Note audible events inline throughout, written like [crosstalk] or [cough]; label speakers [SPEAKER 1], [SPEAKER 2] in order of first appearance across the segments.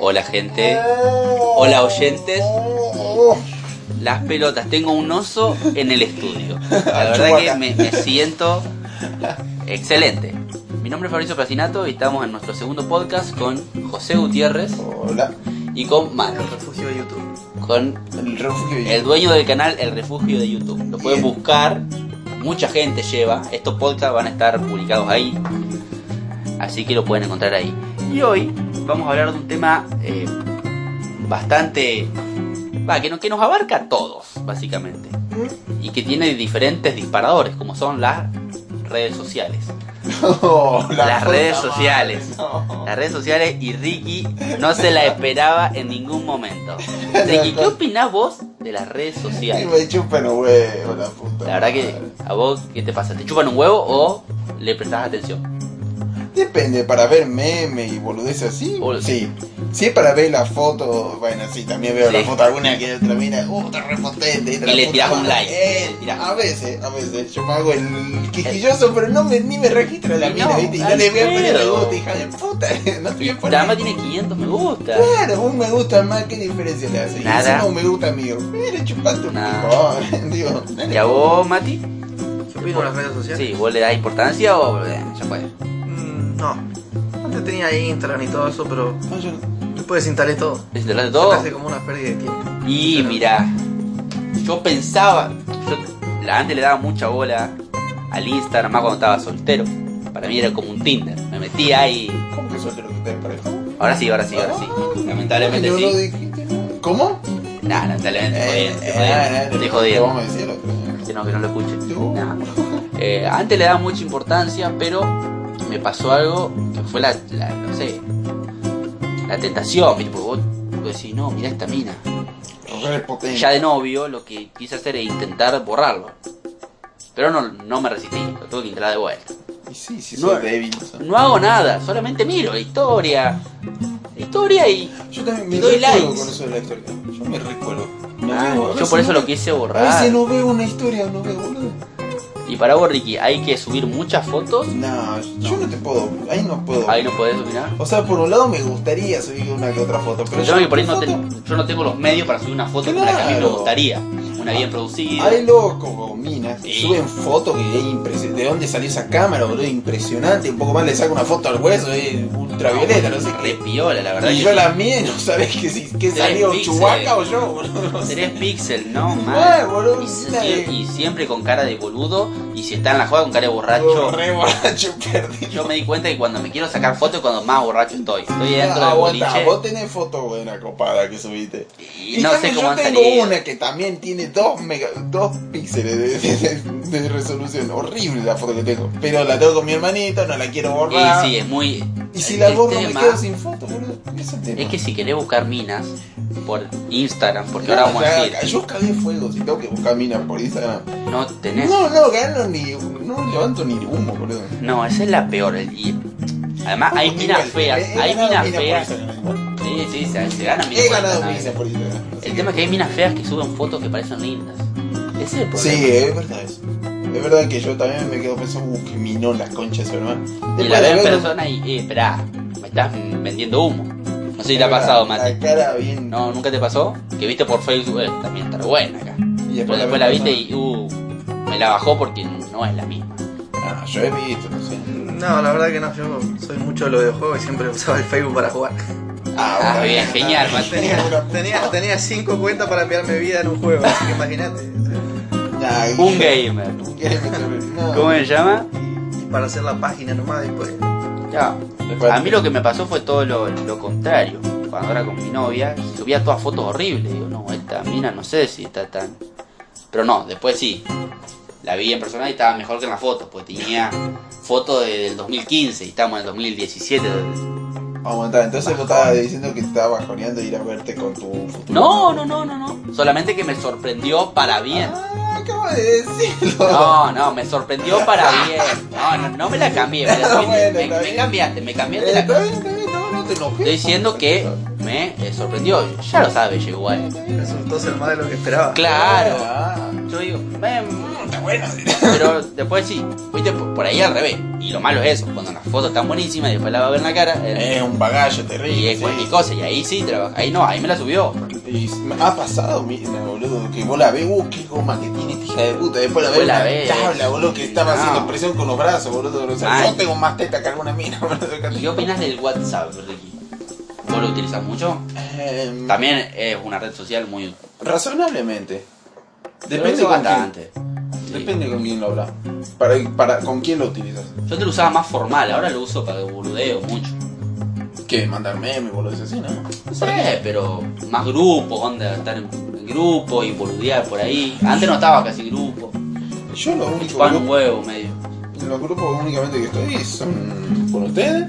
[SPEAKER 1] Hola gente, hola oyentes. Las pelotas, tengo un oso en el estudio. La verdad que me, me siento excelente. Mi nombre es Fabricio Placinato y estamos en nuestro segundo podcast con José Gutiérrez
[SPEAKER 2] Hola.
[SPEAKER 1] y con Mati,
[SPEAKER 3] refugio de YouTube.
[SPEAKER 1] con
[SPEAKER 2] El refugio
[SPEAKER 1] el dueño del canal El Refugio de YouTube. Lo pueden
[SPEAKER 2] Bien.
[SPEAKER 1] buscar, mucha gente lleva. Estos podcasts van a estar publicados ahí, así que lo pueden encontrar ahí. Y hoy vamos a hablar de un tema eh, bastante. Va, que, no, que nos abarca a todos, básicamente. Y que tiene diferentes disparadores, como son las redes sociales. [laughs] las redes sociales. Las redes sociales y Ricky no se la esperaba en ningún momento. Ricky, ¿qué opinás vos de las redes
[SPEAKER 2] Y
[SPEAKER 1] sociales?
[SPEAKER 2] me chupan los huevos, la puta.
[SPEAKER 1] La verdad que,
[SPEAKER 2] madre.
[SPEAKER 1] ¿a vos qué te pasa? ¿Te chupan un huevo o le prestás atención?
[SPEAKER 2] Depende, para ver memes y boludeces así.
[SPEAKER 1] Boludo.
[SPEAKER 2] Sí. Si es para ver la foto, bueno, sí, también veo
[SPEAKER 1] Sí.
[SPEAKER 2] la foto alguna que otra mira, uh, está re potente.
[SPEAKER 1] Y le tirás un like.
[SPEAKER 2] Eh,
[SPEAKER 1] Le tirás- Eh.
[SPEAKER 2] a veces, a veces, yo me hago el quisquilloso, pero no me, ni me registra la
[SPEAKER 1] No,
[SPEAKER 2] mina, ¿viste? Y no
[SPEAKER 1] al
[SPEAKER 2] le voy a poner me
[SPEAKER 1] pedo.
[SPEAKER 2] gusta, hija de puta. [laughs] No te voy a poner.
[SPEAKER 1] Dama tiene 500 me gusta.
[SPEAKER 2] Claro, un me gusta más, ¿qué diferencia le hace?
[SPEAKER 1] Nada.
[SPEAKER 2] Y encima un me gusta mío. Mira, chupate un
[SPEAKER 1] Nada.
[SPEAKER 2] pijón, [laughs] digo. dale.
[SPEAKER 1] ¿Y a vos, Mati?
[SPEAKER 3] ¿Qué opino de las redes sociales?
[SPEAKER 1] Sí, ¿vos le das importancia o...? eh, ya fue.
[SPEAKER 3] Mm, no. Antes tenía Instagram y todo eso, pero
[SPEAKER 2] No, yo no.
[SPEAKER 3] después desinstalé todo.
[SPEAKER 1] ¿Es detrás de
[SPEAKER 3] Se me
[SPEAKER 1] todo?
[SPEAKER 3] hace como una pérdida de tiempo.
[SPEAKER 1] Y
[SPEAKER 3] Pero-
[SPEAKER 1] mira, yo pensaba, yo la- antes le daba mucha bola al Instagram, más cuando estaba soltero. Para mí era como un Tinder. Me metía ahí.
[SPEAKER 2] ¿Cómo que soltero que te pareja?
[SPEAKER 1] Ahora sí, ahora sí, ahora sí. Lamentablemente
[SPEAKER 2] Yo no
[SPEAKER 1] sí.
[SPEAKER 2] dijiste nada. ¿Cómo?
[SPEAKER 1] Nah, lamentablemente
[SPEAKER 2] Eh,
[SPEAKER 1] jodiendo,
[SPEAKER 2] eh,
[SPEAKER 1] te jodiendo,
[SPEAKER 2] eh,
[SPEAKER 1] te
[SPEAKER 2] ¿qué
[SPEAKER 1] jodiendo.
[SPEAKER 2] Vamos a decir el otro día?
[SPEAKER 1] Que no, que no lo escuche.
[SPEAKER 2] No.
[SPEAKER 1] Nah. Eh, antes le daba mucha importancia, pero me pasó algo que fue la, la- no sé, la tentación, ¿viste? Porque vos, vos decís, no, mira esta mina.
[SPEAKER 2] Re potente.
[SPEAKER 1] Ya de novio, lo que quise hacer es intentar borrarlo. Pero no, no me resistí, lo tuve que instalar de vuelta.
[SPEAKER 2] Y sí, sí,
[SPEAKER 1] No.
[SPEAKER 2] soy débil. soy.
[SPEAKER 1] No hago nada, solamente miro la historia. La historia y.
[SPEAKER 2] Yo también
[SPEAKER 1] Te
[SPEAKER 2] me
[SPEAKER 1] doy
[SPEAKER 2] recuerdo
[SPEAKER 1] likes.
[SPEAKER 2] con eso de la historia. Yo me recuerdo.
[SPEAKER 1] Ah, yo por eso lo quise
[SPEAKER 2] A veces
[SPEAKER 1] borrar.
[SPEAKER 2] no veo una historia, no veo, boludo.
[SPEAKER 1] Y para vos, Ricky, hay que subir muchas fotos.
[SPEAKER 2] No, yo no te puedo. Ahí no puedo.
[SPEAKER 1] Ahí no podés opinar.
[SPEAKER 2] O sea, por un lado me gustaría subir una que otra foto, pero
[SPEAKER 1] Yo, que por ahí
[SPEAKER 2] mi
[SPEAKER 1] no,
[SPEAKER 2] foto-
[SPEAKER 1] ten- yo no tengo los medios para subir una foto como la que a mí me
[SPEAKER 2] Claro.
[SPEAKER 1] gustaría. Una bien producida.
[SPEAKER 2] Hay locos como minas que
[SPEAKER 1] Sí.
[SPEAKER 2] suben fotos que es impresionante. ¿De dónde salió esa cámara, boludo? Impresionante. Un poco más le saco una foto al hueso, es ultravioleta, no sé
[SPEAKER 1] Re
[SPEAKER 2] qué.
[SPEAKER 1] piola, la verdad.
[SPEAKER 2] Y
[SPEAKER 1] que
[SPEAKER 2] yo
[SPEAKER 1] sí.
[SPEAKER 2] la mía no sabés que, si- que
[SPEAKER 1] Tres
[SPEAKER 2] salió
[SPEAKER 1] píxeles.
[SPEAKER 2] Chubaca o yo, boludo.
[SPEAKER 1] [laughs]
[SPEAKER 2] no sé. [laughs]
[SPEAKER 1] Tres píxeles, no,
[SPEAKER 2] Ah,
[SPEAKER 1] man.
[SPEAKER 2] boludo, eh.
[SPEAKER 1] Y, si-
[SPEAKER 2] la de-
[SPEAKER 1] y siempre con cara de boludo. Y si está en la joda con cara de borracho.
[SPEAKER 2] Oh, Re borracho, [laughs] perdido.
[SPEAKER 1] Yo me di cuenta que cuando me quiero sacar fotos es cuando más borracho estoy. Estoy dentro
[SPEAKER 2] Ah,
[SPEAKER 1] del
[SPEAKER 2] aguanta,
[SPEAKER 1] boliche.
[SPEAKER 2] vos tenés foto buena copada que subiste.
[SPEAKER 1] Y no sé
[SPEAKER 2] también
[SPEAKER 1] cómo han
[SPEAKER 2] yo tengo
[SPEAKER 1] salido.
[SPEAKER 2] una que también tiene dos, mega, dos píxeles de, de- de- de resolución. Horrible la foto que tengo. Pero la tengo con mi hermanito, no la quiero borrar.
[SPEAKER 1] Y sí, es muy.
[SPEAKER 2] Y si la
[SPEAKER 1] el
[SPEAKER 2] borro me
[SPEAKER 1] tema
[SPEAKER 2] quedo sin foto, boludo. Es el tema.
[SPEAKER 1] Es que si querés buscar minas por Instagram, porque
[SPEAKER 2] Claro,
[SPEAKER 1] ahora vamos a
[SPEAKER 2] ya,
[SPEAKER 1] decir,
[SPEAKER 2] Yo cagué fuego si tengo que buscar minas por Instagram.
[SPEAKER 1] no tenés.
[SPEAKER 2] No, no gano ni. No levanto ni humo, boludo.
[SPEAKER 1] No, esa es la peor. el- Y además Ah, hay
[SPEAKER 2] Igual,
[SPEAKER 1] minas feas.
[SPEAKER 2] he- he
[SPEAKER 1] Hay
[SPEAKER 2] ganado
[SPEAKER 1] minas
[SPEAKER 2] por
[SPEAKER 1] feas.
[SPEAKER 2] Instagram, igual.
[SPEAKER 1] Sí, sí, se, se ganan minas
[SPEAKER 2] He
[SPEAKER 1] por
[SPEAKER 2] ganado
[SPEAKER 1] Instagram.
[SPEAKER 2] minas por Instagram. así
[SPEAKER 1] El tema es que hay minas feas que suben fotos que parecen lindas. Ese es el problema.
[SPEAKER 2] Sí, eh, es verdad eso. Es verdad que yo también me quedo pensando, uh, que minó las conchas, hermano.
[SPEAKER 1] Y la ven en persona y, eh, esperá, me estás vendiendo humo. No sé si te ha pasado, Mati.
[SPEAKER 2] La cara bien.
[SPEAKER 1] No, nunca te pasó. Que viste por Facebook, eh, también está re buena acá.
[SPEAKER 2] Y
[SPEAKER 1] Pero
[SPEAKER 2] después
[SPEAKER 1] después
[SPEAKER 2] la
[SPEAKER 1] la
[SPEAKER 2] ves
[SPEAKER 1] viste
[SPEAKER 2] en
[SPEAKER 1] y, uh, me la bajó porque no es la misma.
[SPEAKER 2] Ah, yo he visto, no sé.
[SPEAKER 3] No, la verdad que no. Yo soy mucho de los videojuegos y siempre usaba el Facebook para jugar.
[SPEAKER 1] Ah,
[SPEAKER 2] bueno,
[SPEAKER 1] bien,
[SPEAKER 2] ah,
[SPEAKER 3] [laughs]
[SPEAKER 1] genial, Mati.
[SPEAKER 2] una-
[SPEAKER 3] Tenía, tenía cinco cuentas para enviarme vida en un juego, así que imagínate. eh, o sea,
[SPEAKER 2] Ay,
[SPEAKER 1] Un
[SPEAKER 2] [laughs]
[SPEAKER 1] gamer.
[SPEAKER 2] No.
[SPEAKER 1] ¿Cómo se llama?
[SPEAKER 3] y Para hacer la página nomás después.
[SPEAKER 1] Ya.
[SPEAKER 2] Después-
[SPEAKER 1] A mí lo que me pasó fue todo lo, lo contrario. Cuando era con mi novia, subía todas fotos horribles. Digo, no, esta mina no sé si está tan. Pero no, después sí. La vi en persona y estaba mejor que en las fotos, pues tenía fotos de- del 2015 y estamos en el 2017.
[SPEAKER 2] Aguantá, entonces vos estabas diciendo que estabas bajoneando ir a verte con tu futuro.
[SPEAKER 1] No, no, no, no, no. Solamente que me sorprendió para bien.
[SPEAKER 2] Ah, acabo de decirlo.
[SPEAKER 1] No, no, me sorprendió para bien. No, no, no me la cambié. Me, la-
[SPEAKER 2] Bueno,
[SPEAKER 1] me- me-
[SPEAKER 2] está
[SPEAKER 1] me
[SPEAKER 2] bien.
[SPEAKER 1] cambiaste, me
[SPEAKER 2] Eh,
[SPEAKER 1] cambiaste
[SPEAKER 2] está
[SPEAKER 1] la
[SPEAKER 2] bien, está bien, no, no te enojes.
[SPEAKER 1] Estoy diciendo que me eh, sorprendió. Ya lo sabes, yo igual.
[SPEAKER 3] Resultó ser más de lo que esperaba.
[SPEAKER 1] Claro.
[SPEAKER 2] Ah,
[SPEAKER 1] Yo digo, "Ven,
[SPEAKER 2] está bueno.
[SPEAKER 1] Pero después sí, viste por, por ahí al revés. Y lo malo es eso, cuando las fotos están buenísimas y después la va a ver en la cara. eh,
[SPEAKER 2] Es un bagaje
[SPEAKER 1] y
[SPEAKER 2] terrible.
[SPEAKER 1] es cualquier
[SPEAKER 2] sí.
[SPEAKER 1] cosa, y ahí sí trabaja. Ahí no, ahí me la subió.
[SPEAKER 2] Y me ha pasado, mira, boludo, que vos la ves, uh, qué goma que tiene esta hija de puta. Después la ves
[SPEAKER 1] Vos la
[SPEAKER 2] la
[SPEAKER 1] ves.
[SPEAKER 2] tabla, boludo, que estaba
[SPEAKER 1] No.
[SPEAKER 2] haciendo presión con los brazos, boludo. O sea,
[SPEAKER 1] Mal.
[SPEAKER 2] yo tengo más teta que alguna mina, [laughs] boludo.
[SPEAKER 1] ¿Y qué opinas del WhatsApp, Ricky? ¿Vos lo utilizas mucho?
[SPEAKER 2] Em,
[SPEAKER 1] También es una red social muy.
[SPEAKER 2] razonablemente.
[SPEAKER 1] pero
[SPEAKER 2] Depende
[SPEAKER 1] uso
[SPEAKER 2] con quién.
[SPEAKER 1] bastante. Sí.
[SPEAKER 2] Depende con quién lo hablas. Para, para, ¿Con quién lo utilizas?
[SPEAKER 1] Yo te lo usaba más formal, ahora lo uso para boludeo mucho.
[SPEAKER 2] Que mandar memes, boludo, así, ¿no?
[SPEAKER 1] No sé, pero más grupos, onda, estar en en grupo y boludear por ahí. Antes no estaba casi grupo.
[SPEAKER 2] Yo lo único
[SPEAKER 1] Pan un huevo medio.
[SPEAKER 2] Los grupos únicamente que estoy son con ustedes,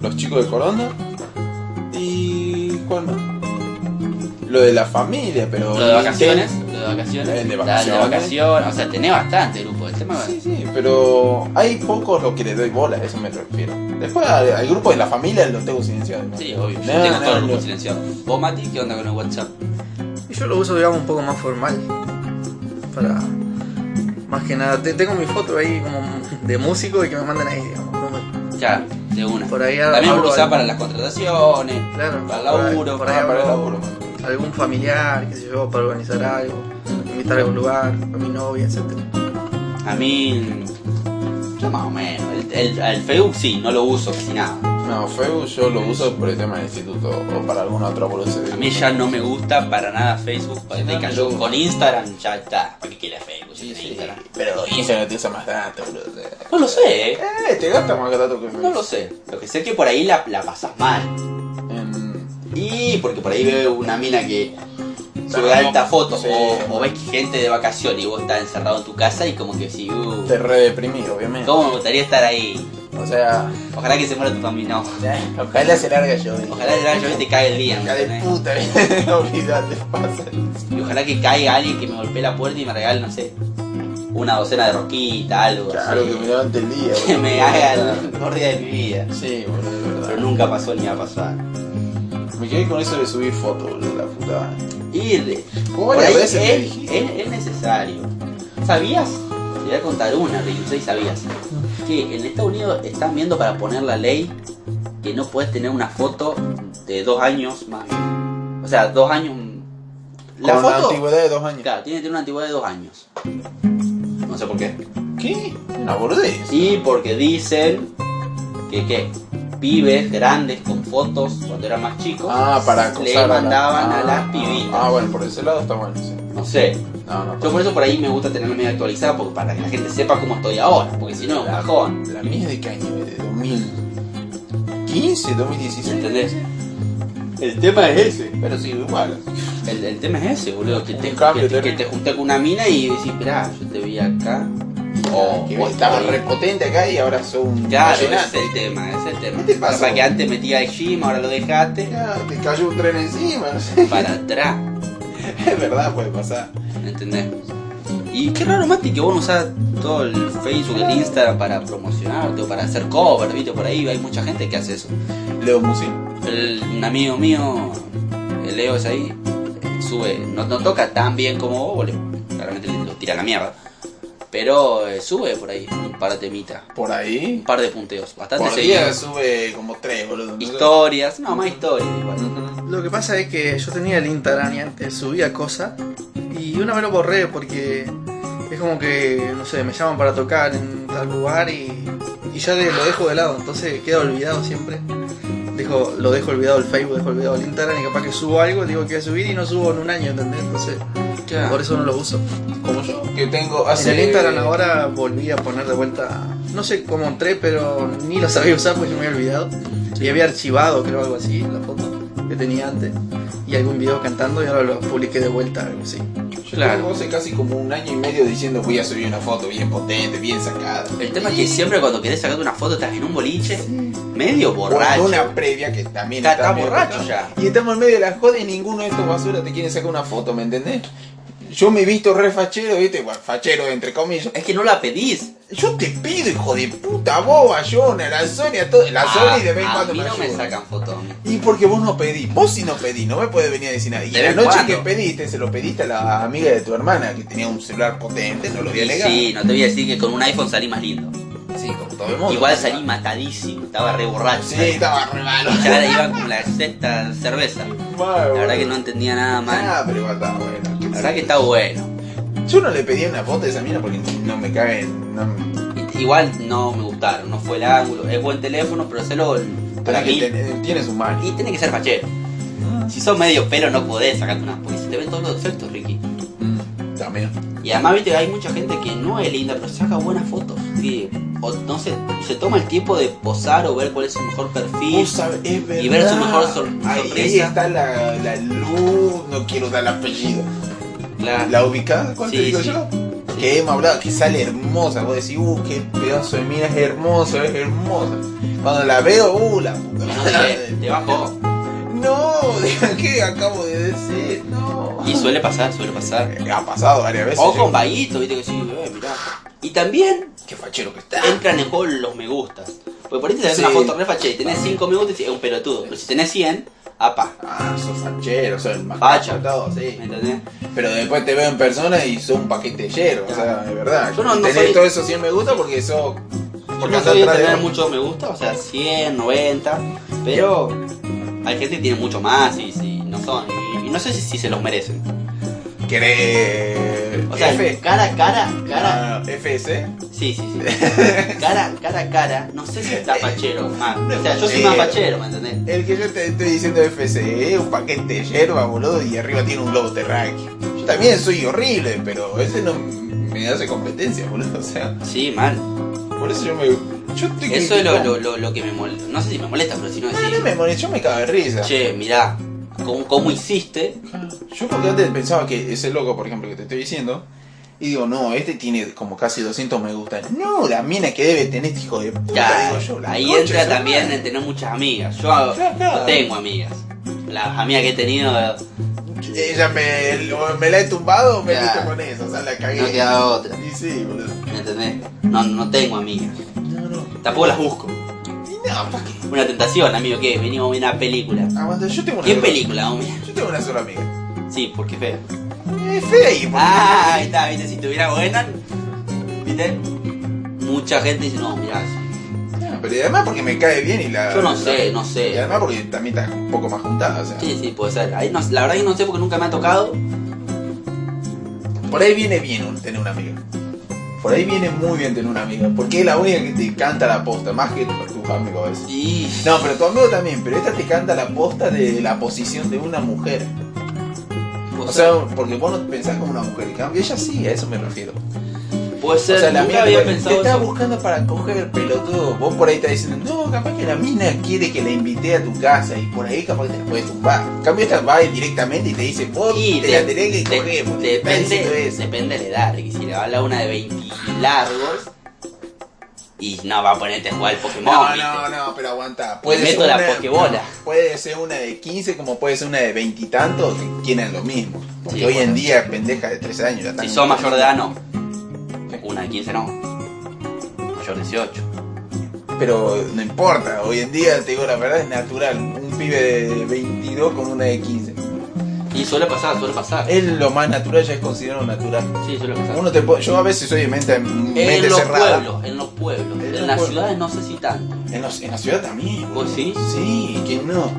[SPEAKER 2] los chicos de Coronda y. ¿cuál más? Lo de la familia, pero.
[SPEAKER 1] Lo de vacaciones, lo de vacaciones.
[SPEAKER 2] El de
[SPEAKER 1] La-
[SPEAKER 2] vacaciones.
[SPEAKER 1] vacaciones, O sea, tenés bastante grupo. El tema
[SPEAKER 2] Sí, sí, pero hay pocos los que le doy bola, a eso me refiero. Después al, al grupo de la familia lo tengo silenciado. ¿no?
[SPEAKER 1] Sí, obvio. Yo
[SPEAKER 2] No,
[SPEAKER 1] tengo
[SPEAKER 2] no,
[SPEAKER 1] todo el grupo
[SPEAKER 2] no.
[SPEAKER 1] silenciado. Vos, Mati, ¿qué onda con el WhatsApp?
[SPEAKER 3] Y yo lo uso, digamos, un poco más formal. Para. Más que nada, te- tengo mi foto ahí como de músico y que me mandan ahí, digamos. no me-
[SPEAKER 1] Ya, de una.
[SPEAKER 3] Por ahí
[SPEAKER 1] También
[SPEAKER 3] hablo
[SPEAKER 1] lo usás
[SPEAKER 3] algo.
[SPEAKER 1] para las contrataciones,
[SPEAKER 3] Claro,
[SPEAKER 1] para el
[SPEAKER 3] por ahí-
[SPEAKER 1] laburo.
[SPEAKER 3] por
[SPEAKER 2] Ah, para el
[SPEAKER 3] hablo.
[SPEAKER 2] laburo, man.
[SPEAKER 3] Algún familiar, qué sé yo, para organizar algo, invitar a algún lugar, a mi novia, etcétera.
[SPEAKER 1] A mí. Yo más o menos. El, el- el Facebook sí, no lo uso casi nada.
[SPEAKER 2] No, Facebook yo lo uso por el tema del instituto o para alguna otra boludez.
[SPEAKER 1] A mí ya no me gusta para nada Facebook. porque
[SPEAKER 2] No,
[SPEAKER 1] te
[SPEAKER 2] no
[SPEAKER 1] cayó
[SPEAKER 2] lo uso.
[SPEAKER 1] con Instagram, ya está. ¿Para qué quieres Facebook? Si
[SPEAKER 2] Sí,
[SPEAKER 1] tenés
[SPEAKER 2] sí,
[SPEAKER 1] Instagram.
[SPEAKER 2] pero Instagram te usa más datos, boludo.
[SPEAKER 1] No lo sé, eh.
[SPEAKER 2] Eh, te gasta más datos que Facebook.
[SPEAKER 1] No lo sé. Lo que sé es que por ahí la, la pasas mal.
[SPEAKER 2] En-
[SPEAKER 1] Y porque por ahí veo una mina que sube
[SPEAKER 2] No,
[SPEAKER 1] alta foto
[SPEAKER 2] sí.
[SPEAKER 1] o, o ves que gente de vacaciones y vos estás encerrado en tu casa y como que si, uh,
[SPEAKER 2] Te redeprimí, obviamente.
[SPEAKER 1] ¿cómo me gustaría estar ahí?
[SPEAKER 2] O sea,
[SPEAKER 1] Ojalá que se muera tu familia, no.
[SPEAKER 2] ojalá se larga yo.
[SPEAKER 1] Ojalá el rayo te caiga el día, ¿me
[SPEAKER 2] Hija de
[SPEAKER 1] entendés?
[SPEAKER 2] puta, [laughs] olvídate, pasa.
[SPEAKER 1] Y ojalá que caiga alguien que me golpee la puerta y me regale, no sé, una docena de roquitas, algo
[SPEAKER 2] Claro
[SPEAKER 1] así.
[SPEAKER 2] que me levante el día,
[SPEAKER 1] [laughs] Que
[SPEAKER 2] boludo.
[SPEAKER 1] me haga el mejor día de mi vida.
[SPEAKER 2] Sí, boludo, de verdad.
[SPEAKER 1] Pero nunca pasó ni va a pasar.
[SPEAKER 2] Me quedé con eso de subir fotos, boludo, la puta madre.
[SPEAKER 1] Y de-
[SPEAKER 2] Vos
[SPEAKER 1] por
[SPEAKER 2] varias
[SPEAKER 1] ahí
[SPEAKER 2] veces me
[SPEAKER 1] es,
[SPEAKER 2] dijiste.
[SPEAKER 1] es- es necesario. ¿Sabías? Te voy a contar una, Ricky, no sé si sabías. Que en Estados Unidos están viendo para poner la ley que no puedes tener una foto de dos años más. O sea, dos años. La
[SPEAKER 2] Con
[SPEAKER 1] foto.
[SPEAKER 2] antigüedad de dos años.
[SPEAKER 1] Claro, tiene que tener una antigüedad de dos años. No sé por qué.
[SPEAKER 2] ¿Qué? Una boludez.
[SPEAKER 1] Y porque dicen que qué. Pibes grandes con fotos cuando eran más chicos
[SPEAKER 2] Ah, para acosar
[SPEAKER 1] le
[SPEAKER 2] a la-
[SPEAKER 1] mandaban a
[SPEAKER 2] Ah,
[SPEAKER 1] las pibitas.
[SPEAKER 2] Ah, bueno, por ese lado está bueno, sí.
[SPEAKER 1] No sé,
[SPEAKER 2] No, no.
[SPEAKER 1] Yo por eso por ahí me gusta tenerme medio actualizada porque para que la gente sepa cómo estoy ahora, porque si no, es un bajón.
[SPEAKER 2] La mía es de caño, de 2015, 2016.
[SPEAKER 1] ¿Entendés? El tema es ese.
[SPEAKER 2] Pero sí, igual.
[SPEAKER 1] El, el tema es ese, boludo. Que te,
[SPEAKER 2] Un cambio
[SPEAKER 1] que, te- que
[SPEAKER 2] terrible.
[SPEAKER 1] te junté con una mina y decís, mirá, yo te vi acá. O,
[SPEAKER 2] que
[SPEAKER 1] o
[SPEAKER 2] estaba
[SPEAKER 1] estoy-
[SPEAKER 2] repotente acá y ahora son.
[SPEAKER 1] Claro, ese es el tema, ese es el tema.
[SPEAKER 2] ¿Qué te pasó?
[SPEAKER 1] Para que antes metía el gym, ahora lo dejaste.
[SPEAKER 2] Ya, te cayó un tren encima, no sé. [laughs]
[SPEAKER 1] Para atrás,
[SPEAKER 2] Es verdad, puede pasar.
[SPEAKER 1] ¿entendés? Y qué raro, Mati, que vos no usás todo el Facebook, el Instagram para promocionarte o para hacer cover, ¿viste? Por ahí hay mucha gente que hace eso.
[SPEAKER 2] Leo Musi.
[SPEAKER 1] El- un amigo mío, el Leo es ahí, eh, sube, no, no toca tan bien como vos, boludo, claramente le- lo tira a la mierda, pero eh, sube por ahí un par de temitas,
[SPEAKER 2] Por
[SPEAKER 1] un
[SPEAKER 2] ahí.
[SPEAKER 1] par de punteos, bastante
[SPEAKER 2] Por día
[SPEAKER 1] seguidos.
[SPEAKER 2] sube como tres, boludo. no sé.
[SPEAKER 1] Historias, no, más historias igual.
[SPEAKER 3] Lo que pasa es que yo tenía el Instagram y antes subía cosas y una vez lo borré porque es como que, no sé, me llaman para tocar en tal lugar y, y ya de- lo dejo de lado, entonces queda olvidado siempre. Dejo, lo dejo olvidado el Facebook, dejo olvidado el Instagram y capaz que subo algo, digo que voy a subir y no subo en un año, ¿entendés? Entonces, por eso no lo uso.
[SPEAKER 2] Como yo, que tengo.
[SPEAKER 3] En el Instagram ahora volví a poner de vuelta, no sé cómo entré, pero ni lo sabía usar porque yo me había olvidado. Y había archivado, creo, algo así, la foto que tenía antes. Y algún video cantando y ahora lo publiqué de vuelta, algo así.
[SPEAKER 2] Yo
[SPEAKER 3] Claro.
[SPEAKER 2] tengo hace casi como un año y medio diciendo voy a subir una foto bien potente, bien sacada.
[SPEAKER 1] El tema es que siempre cuando querés sacarte una foto estás en un boliche medio
[SPEAKER 2] Con
[SPEAKER 1] borracho.
[SPEAKER 2] una previa que también
[SPEAKER 1] Está- está
[SPEAKER 2] medio
[SPEAKER 1] borracho
[SPEAKER 2] botada. Y estamos en medio de la joda y ninguno de estos basura te quiere sacar una foto, ¿me entendés? Yo me he visto re fachero, ¿viste? Bueno, fachero entre comillas.
[SPEAKER 1] Es que no la pedís.
[SPEAKER 2] Yo te pido, hijo de puta, vos, a Jonah, a la Sony, a todo. La
[SPEAKER 1] Ah,
[SPEAKER 2] Sony de vez en
[SPEAKER 1] a
[SPEAKER 2] cuando
[SPEAKER 1] mí no me
[SPEAKER 2] ayuda.
[SPEAKER 1] sacan fotos. a mí.
[SPEAKER 2] Y porque vos no pedís, vos si no pedís, no me puedes venir a decir nada. Y
[SPEAKER 1] De
[SPEAKER 2] la
[SPEAKER 1] vez
[SPEAKER 2] noche
[SPEAKER 1] cuando.
[SPEAKER 2] que pediste, se lo pediste a la amiga de tu hermana, que tenía un celular potente, no lo voy a
[SPEAKER 1] Y
[SPEAKER 2] negar.
[SPEAKER 1] Sí, no te voy a decir que con un iPhone salí más lindo.
[SPEAKER 2] Sí, como todo el mundo.
[SPEAKER 1] Igual salí matadísimo, estaba re borracho.
[SPEAKER 2] Sí,
[SPEAKER 1] ¿sabes?
[SPEAKER 2] estaba re malo.
[SPEAKER 1] Ya iba con la sexta cerveza. La verdad que no entendía nada mal.
[SPEAKER 2] Ah, pero igual estaba bueno.
[SPEAKER 1] La verdad que está bueno.
[SPEAKER 2] Yo no le pedí una foto de esa mina porque no me cabe. No,
[SPEAKER 1] Igual no me gustaron, no fue el ángulo. Es buen teléfono, pero se lo para
[SPEAKER 2] para que
[SPEAKER 1] mí.
[SPEAKER 2] ten- tiene su mano.
[SPEAKER 1] Y tiene que ser fachero. Si sos medio pero no podés sacarte unas porque se te ven todos los defectos, Ricky. Mm.
[SPEAKER 2] También.
[SPEAKER 1] Y además, viste, hay mucha gente que no es linda, pero saca buenas fotos. Que, o no se, se toma el tiempo de posar o ver cuál es su mejor perfil.
[SPEAKER 2] Vos sabés, es verdad.
[SPEAKER 1] y ver su mejor sor-
[SPEAKER 2] Ahí- Ahí
[SPEAKER 1] sorpresa.
[SPEAKER 2] está la, la luz, no quiero dar el apellido.
[SPEAKER 1] La-
[SPEAKER 2] ¿La ubicada? ¿Cuál
[SPEAKER 1] Sí,
[SPEAKER 2] te digo
[SPEAKER 1] sí.
[SPEAKER 2] yo? Que hemos hablado, que sale hermosa. Vos decís, uh, qué pedazo de mina, es hermoso, es hermosa. Cuando la veo, uh, la puta
[SPEAKER 1] no
[SPEAKER 2] madre.
[SPEAKER 1] sé, te bajó.
[SPEAKER 2] No, [laughs] ¿qué acabo de decir? No.
[SPEAKER 1] Y suele pasar, suele pasar.
[SPEAKER 2] Ha pasado varias veces.
[SPEAKER 1] O
[SPEAKER 2] yo-
[SPEAKER 1] con vaguito, viste que sí, eh, mirá. Y también
[SPEAKER 2] Qué fachero que está.
[SPEAKER 1] entran en juego los me gustas. Porque por ahí te das
[SPEAKER 2] Sí.
[SPEAKER 1] una foto re fachera y tenés 5 me gustas y es un pelotudo. Pero si tenés 100, apa,
[SPEAKER 2] Ah, sos fachero, sos el más
[SPEAKER 1] facha.
[SPEAKER 2] facho de todos, sí.
[SPEAKER 1] ¿Me entendés?
[SPEAKER 2] Pero después te veo en persona y sos un paquete de hierro, o sea, de verdad.
[SPEAKER 1] Yo no- no
[SPEAKER 2] Tenés
[SPEAKER 1] soy-
[SPEAKER 2] todo eso 100 me gusta porque
[SPEAKER 1] Yo
[SPEAKER 2] sos. Porque
[SPEAKER 1] no
[SPEAKER 2] andás
[SPEAKER 1] soy de
[SPEAKER 2] atrás de
[SPEAKER 1] tener
[SPEAKER 2] los-
[SPEAKER 1] muchos me gusta, o sea, 100, 90, pero hay gente que tiene mucho más y, y no son. Y, y no sé si, si se los merecen.
[SPEAKER 2] ¿Querés.
[SPEAKER 1] O sea,
[SPEAKER 2] F?
[SPEAKER 1] cara, cara, cara.
[SPEAKER 2] Ah, FS.
[SPEAKER 1] Sí, sí,
[SPEAKER 2] [laughs]
[SPEAKER 1] sí. Cara, cara, cara. No sé si está fachero, más. O sea, yo soy más fachero, ¿me entendés?
[SPEAKER 2] El que yo te estoy diciendo FC, eh, un paquete de yerba, boludo, y arriba tiene un globo terráqueo. Yo también soy horrible, pero ese no me hace competencia, boludo. O sea,
[SPEAKER 1] Sí, mal.
[SPEAKER 2] por eso yo me. Yo estoy
[SPEAKER 1] Eso es lo, lo,
[SPEAKER 2] criticando.
[SPEAKER 1] lo, lo que me molesta. No sé si me molesta, pero si no
[SPEAKER 2] No, no
[SPEAKER 1] decís,
[SPEAKER 2] me molesta, yo me cago de risa.
[SPEAKER 1] che, mirá, ¿cómo, cómo hiciste?
[SPEAKER 2] Yo porque antes pensaba que ese loco, por ejemplo, que te estoy diciendo, y digo, no, este tiene como casi 200 me gustan. No, la mina que debe tener este hijo de puta,
[SPEAKER 1] Ya,
[SPEAKER 2] digo yo. la
[SPEAKER 1] ahí
[SPEAKER 2] concha de
[SPEAKER 1] entra
[SPEAKER 2] su
[SPEAKER 1] también
[SPEAKER 2] madre.
[SPEAKER 1] en tener muchas amigas. Yo
[SPEAKER 2] claro.
[SPEAKER 1] no tengo amigas. Las amigas que he tenido eh,
[SPEAKER 2] Ella me, lo- me la he tumbado, me he
[SPEAKER 1] Ya.
[SPEAKER 2] visto con eso, o sea, la cagué.
[SPEAKER 1] no queda otra.
[SPEAKER 2] Y sí, boludo.
[SPEAKER 1] ¿Me entendés? No, no tengo amigas.
[SPEAKER 2] No, no.
[SPEAKER 1] Tampoco las busco.
[SPEAKER 2] Y no, ¿pa' qué?
[SPEAKER 1] Una tentación, amigo, que venimos a ver una película.
[SPEAKER 2] Aguanta, yo tengo una
[SPEAKER 1] ¿Qué
[SPEAKER 2] sola-
[SPEAKER 1] película, hombre?
[SPEAKER 2] Yo tengo una sola amiga.
[SPEAKER 1] Sí, porque es fea.
[SPEAKER 2] Es fea y por-
[SPEAKER 1] Ah, ahí está, viste, si tuviera buena, viste, mucha gente dice, no, mirá,
[SPEAKER 2] Pero y además porque me cae bien y la.
[SPEAKER 1] yo no sé, no sé.
[SPEAKER 2] Y además porque también está un poco más juntada, o sea.
[SPEAKER 1] Sí, sí, puede ser. Ahí no- la verdad que no sé porque nunca me ha tocado.
[SPEAKER 2] Por ahí viene bien un- tener una amiga. Por ahí viene muy bien tener una amiga. Porque es la única que te canta la posta, más que tus amigos a veces.
[SPEAKER 1] Y...
[SPEAKER 2] No, pero tu amigo también, pero esta te canta la posta de la posición de una mujer. O
[SPEAKER 1] puede
[SPEAKER 2] sea,
[SPEAKER 1] ser,
[SPEAKER 2] porque vos no pensás como una mujer, en cambio ella sí, a eso me refiero.
[SPEAKER 1] puede
[SPEAKER 2] O sea,
[SPEAKER 1] ser,
[SPEAKER 2] la
[SPEAKER 1] nunca
[SPEAKER 2] mina
[SPEAKER 1] había
[SPEAKER 2] te,
[SPEAKER 1] pensado
[SPEAKER 2] está
[SPEAKER 1] eso.
[SPEAKER 2] buscando para coger el pelotudo. Vos por ahí estás diciendo, no, capaz que la mina quiere que la invite a tu casa y por ahí capaz que te la puedes tumbar. En cambio esta va directamente y te dice, vos
[SPEAKER 1] Y
[SPEAKER 2] te,
[SPEAKER 1] de-
[SPEAKER 2] la tenés que
[SPEAKER 1] de-
[SPEAKER 2] coger, porque te está
[SPEAKER 1] depende,
[SPEAKER 2] diciendo eso.
[SPEAKER 1] depende de la edad, porque si le va a hablar una de 20 largos y no va a ponerte a jugar al Pokémon.
[SPEAKER 2] No,
[SPEAKER 1] ¿viste?
[SPEAKER 2] no, no, pero aguanta.
[SPEAKER 1] meto la pokebola.
[SPEAKER 2] Puede ser una de 15 como puede ser una de veintitantos que quieren lo mismo. Porque
[SPEAKER 1] Sí,
[SPEAKER 2] hoy
[SPEAKER 1] bueno.
[SPEAKER 2] en día pendeja de 13 años ya están
[SPEAKER 1] Si
[SPEAKER 2] en-
[SPEAKER 1] sos mayor de edad, no. Una de 15 no. Mayor de 18.
[SPEAKER 2] Pero no importa, hoy en día te digo la verdad es natural. Un pibe de 22 con una de 15.
[SPEAKER 1] Y suele pasar, suele pasar.
[SPEAKER 2] Es lo más natural, ya es considerado natural.
[SPEAKER 1] Sí, suele pasar.
[SPEAKER 2] Eh, Uno te po- yo a veces soy de mente, mente
[SPEAKER 1] en los
[SPEAKER 2] cerrada.
[SPEAKER 1] pueblos, en los pueblos.
[SPEAKER 2] En
[SPEAKER 1] En,
[SPEAKER 2] los
[SPEAKER 1] las
[SPEAKER 2] pueblos.
[SPEAKER 1] ciudades no sé si tanto.
[SPEAKER 2] En, los- en la ciudad también.
[SPEAKER 1] ¿Vos sí?
[SPEAKER 2] Sí, que no.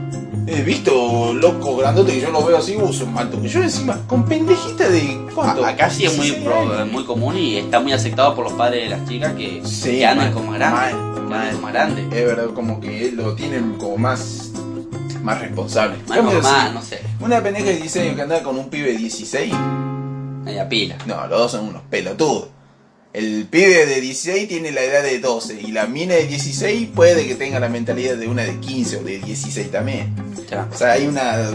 [SPEAKER 2] He visto locos grandotes que yo los veo así, uso un malto. Yo encima, con pendejita de cuánto.
[SPEAKER 1] A- acá sí es muy,
[SPEAKER 2] 16
[SPEAKER 1] pro- ¿eh?
[SPEAKER 2] años.
[SPEAKER 1] muy común y está muy aceptado por los padres de las chicas que,
[SPEAKER 2] Sí,
[SPEAKER 1] que andan
[SPEAKER 2] mal,
[SPEAKER 1] como grandes.
[SPEAKER 2] mal,
[SPEAKER 1] que andan
[SPEAKER 2] mal.
[SPEAKER 1] como grandes.
[SPEAKER 2] Es verdad, como que lo tienen como más. más responsable.
[SPEAKER 1] Más
[SPEAKER 2] Cambio,
[SPEAKER 1] normal,
[SPEAKER 2] sí,
[SPEAKER 1] no sé.
[SPEAKER 2] Una pendeja de 16 años que anda con un pibe de 16.
[SPEAKER 1] Media pila.
[SPEAKER 2] No, los dos son unos pelotudos. El pibe de 16 tiene la edad de 12 y la mina de 16 puede que tenga la mentalidad de una de 15 o de 16 también.
[SPEAKER 1] Claro.
[SPEAKER 2] O sea, hay una.